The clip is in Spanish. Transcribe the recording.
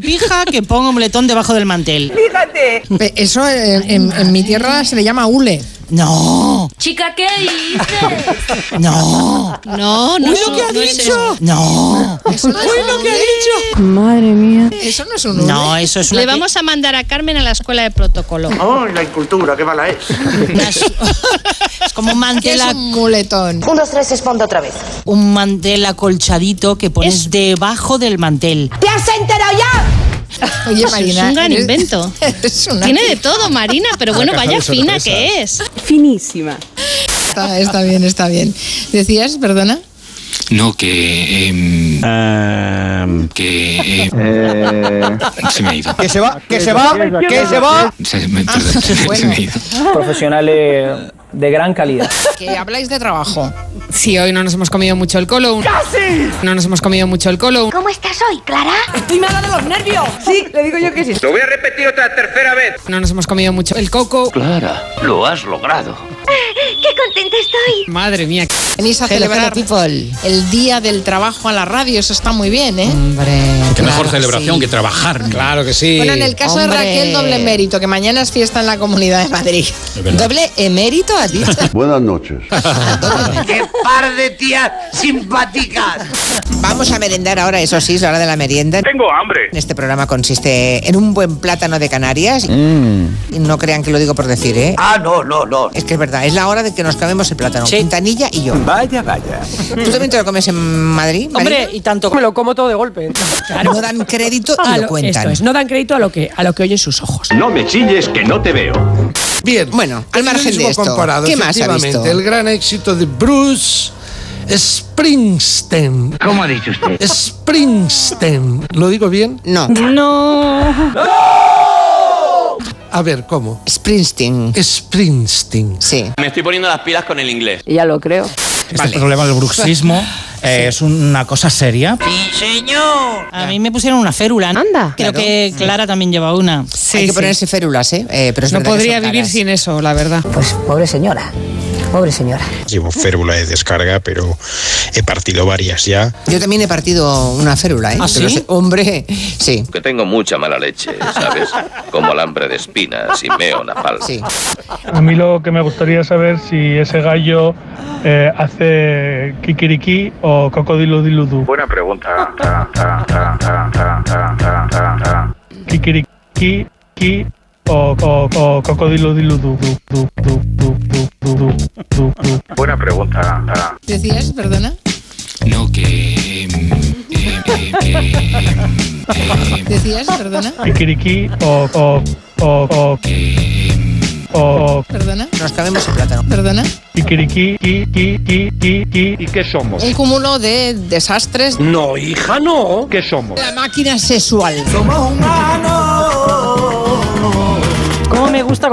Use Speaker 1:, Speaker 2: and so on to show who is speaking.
Speaker 1: pija que ponga un letón debajo del mantel.
Speaker 2: Fíjate.
Speaker 3: Eso eh, en, en mi tierra se le llama hule.
Speaker 1: No,
Speaker 4: Chica, ¿qué dices?
Speaker 1: no,
Speaker 5: No, no,
Speaker 1: Uy,
Speaker 5: eso-
Speaker 1: lo que ha
Speaker 5: no es eso.
Speaker 1: dicho. No,
Speaker 3: Eso no es
Speaker 1: uy, lo que ha dicho.
Speaker 6: Madre mía.
Speaker 3: Eso no es un hule.
Speaker 1: No, eso es una.
Speaker 5: Le vamos a mandar a Carmen a la escuela de protocolo.
Speaker 7: ¡Oh, la incultura, qué mala es!
Speaker 1: una su- es como un
Speaker 3: ¿Qué
Speaker 1: mantel,
Speaker 3: es
Speaker 1: a-
Speaker 3: un muletón?
Speaker 2: Un, dos, tres, responde otra vez.
Speaker 1: un mantel acolchadito que pones
Speaker 5: Es-
Speaker 1: debajo del mantel.
Speaker 2: ¿Te has enterado ya?
Speaker 3: Oye,
Speaker 5: Eso es
Speaker 3: Marina.
Speaker 5: un gran
Speaker 3: eres-
Speaker 5: invento.
Speaker 3: eres una
Speaker 5: Tiene de todo, Marina, pero bueno,
Speaker 8: Una caja
Speaker 5: vaya
Speaker 8: de
Speaker 5: fina
Speaker 8: sorpresas.
Speaker 5: que es.
Speaker 6: Finísima.
Speaker 3: Está, está bien, está bien. Decías, perdona.
Speaker 9: No, que. em, que. em, Se me ha ido.
Speaker 10: Que se va, que se va, que se va.
Speaker 9: Se me, perdón, se me ha ido.
Speaker 10: Profesionales de gran calidad.
Speaker 3: Que habláis de trabajo.
Speaker 5: Sí, hoy no nos hemos comido mucho el colo. No nos hemos comido mucho el colo.
Speaker 4: ¿Cómo estás hoy, Clara?
Speaker 2: Estoy mala de los nervios.
Speaker 6: Sí, le digo yo que sí.
Speaker 7: Lo voy a repetir otra tercera vez.
Speaker 5: No nos hemos comido mucho el coco.
Speaker 9: Clara, lo has logrado.
Speaker 4: ¡Qué contenta estoy!
Speaker 5: Madre mía.
Speaker 3: Venís a
Speaker 1: Hello,
Speaker 3: celebrar
Speaker 1: hello, people.
Speaker 3: el día del trabajo a la radio. Eso está muy bien, ¿eh?
Speaker 1: Hombre.
Speaker 8: Qué mejor
Speaker 1: claro,
Speaker 8: celebración
Speaker 1: sí.
Speaker 8: que trabajar. Claro que sí.
Speaker 3: Bueno, en el caso
Speaker 1: Hombre.
Speaker 3: de Raquel, doble mérito, que mañana es fiesta en la Comunidad de Madrid.
Speaker 8: verdad.
Speaker 3: ¿Doble emérito has dicho?
Speaker 9: Buenas noches.
Speaker 7: ¡Qué par de tías simpáticas!
Speaker 2: Vamos a merendar ahora, eso sí, es la hora de la merienda.
Speaker 7: Tengo hambre.
Speaker 2: Este programa consiste en un buen plátano de Canarias. Y No crean que lo digo por decir, ¿eh?
Speaker 7: Ah, no, no, no.
Speaker 2: Es que es verdad, es la hora de que nos comemos el plátano.
Speaker 1: Sí.
Speaker 2: Quintanilla y yo.
Speaker 10: Vaya, vaya.
Speaker 2: ¿Tú también te lo comes en Madrid?
Speaker 1: Hombre,
Speaker 2: Marina?
Speaker 1: y tanto.
Speaker 6: Me lo como todo de golpe.
Speaker 2: no dan crédito y
Speaker 6: A
Speaker 2: lo
Speaker 6: lo- esto
Speaker 2: cuentan.
Speaker 6: es, no dan crédito a lo que, a lo que oyen sus ojos.
Speaker 9: No me chilles que no te veo.
Speaker 8: Bien.
Speaker 2: Bueno, al
Speaker 8: El
Speaker 2: margen de
Speaker 8: realismo
Speaker 2: esto,
Speaker 8: comparado,
Speaker 2: ¿qué más ha
Speaker 8: efectivamente,
Speaker 2: visto?
Speaker 8: El gran éxito de Bruce Springsteen.
Speaker 9: ¿Cómo ha dicho usted?
Speaker 8: Springsteen. ¿Lo digo bien?
Speaker 2: No,
Speaker 8: A ver, ¿cómo?
Speaker 2: Springsteen.
Speaker 8: Springsteen.
Speaker 2: Sí.
Speaker 7: Me estoy poniendo las pilas con el inglés.
Speaker 6: Ya lo creo.
Speaker 11: Este problema del bruxismo eh, es una cosa seria.
Speaker 1: A mí me pusieron una férula.
Speaker 6: Anda.
Speaker 1: Creo
Speaker 2: Claro.
Speaker 1: que Clara también lleva una.
Speaker 2: Hay que ponerse férulas, ¿eh? Eh, pero es verdad que son caras.
Speaker 5: eso, la verdad.
Speaker 2: Pues pobre señora. Pobre señora.
Speaker 9: Llevo férula de descarga, pero he partido varias ya.
Speaker 2: Yo también he partido una férula, ¿eh?
Speaker 1: ¿Ah,
Speaker 2: Pero
Speaker 1: sí?
Speaker 2: se- Hombre, sí.
Speaker 9: Que tengo mucha mala leche, ¿sabes? Como alambre de espinas y meo napal.
Speaker 2: Sí.
Speaker 11: A mí lo que me gustaría saber si ese gallo hace kikiriki o cocodiludiludu.
Speaker 9: Buena pregunta.
Speaker 11: Kikiriki ki o, o, o cocodiludiludu.
Speaker 9: Buena pregunta.
Speaker 3: ¿Decías, perdona?
Speaker 9: No, que. em, em, em, em, em,
Speaker 3: ¿Decías, perdona?
Speaker 11: Kikiriki o, o, o, o,
Speaker 9: em,
Speaker 11: o, o
Speaker 3: ¿Perdona?
Speaker 2: Nos comemos el plátano.
Speaker 3: ¿Perdona?
Speaker 11: kikiriki ki, ki, ki, ki, ki. ¿Y qué somos?
Speaker 3: Un cúmulo de desastres.
Speaker 7: No, hija, no.
Speaker 11: ¿Qué somos?
Speaker 3: La máquina sexual.
Speaker 1: ¿Cómo me gusta cuando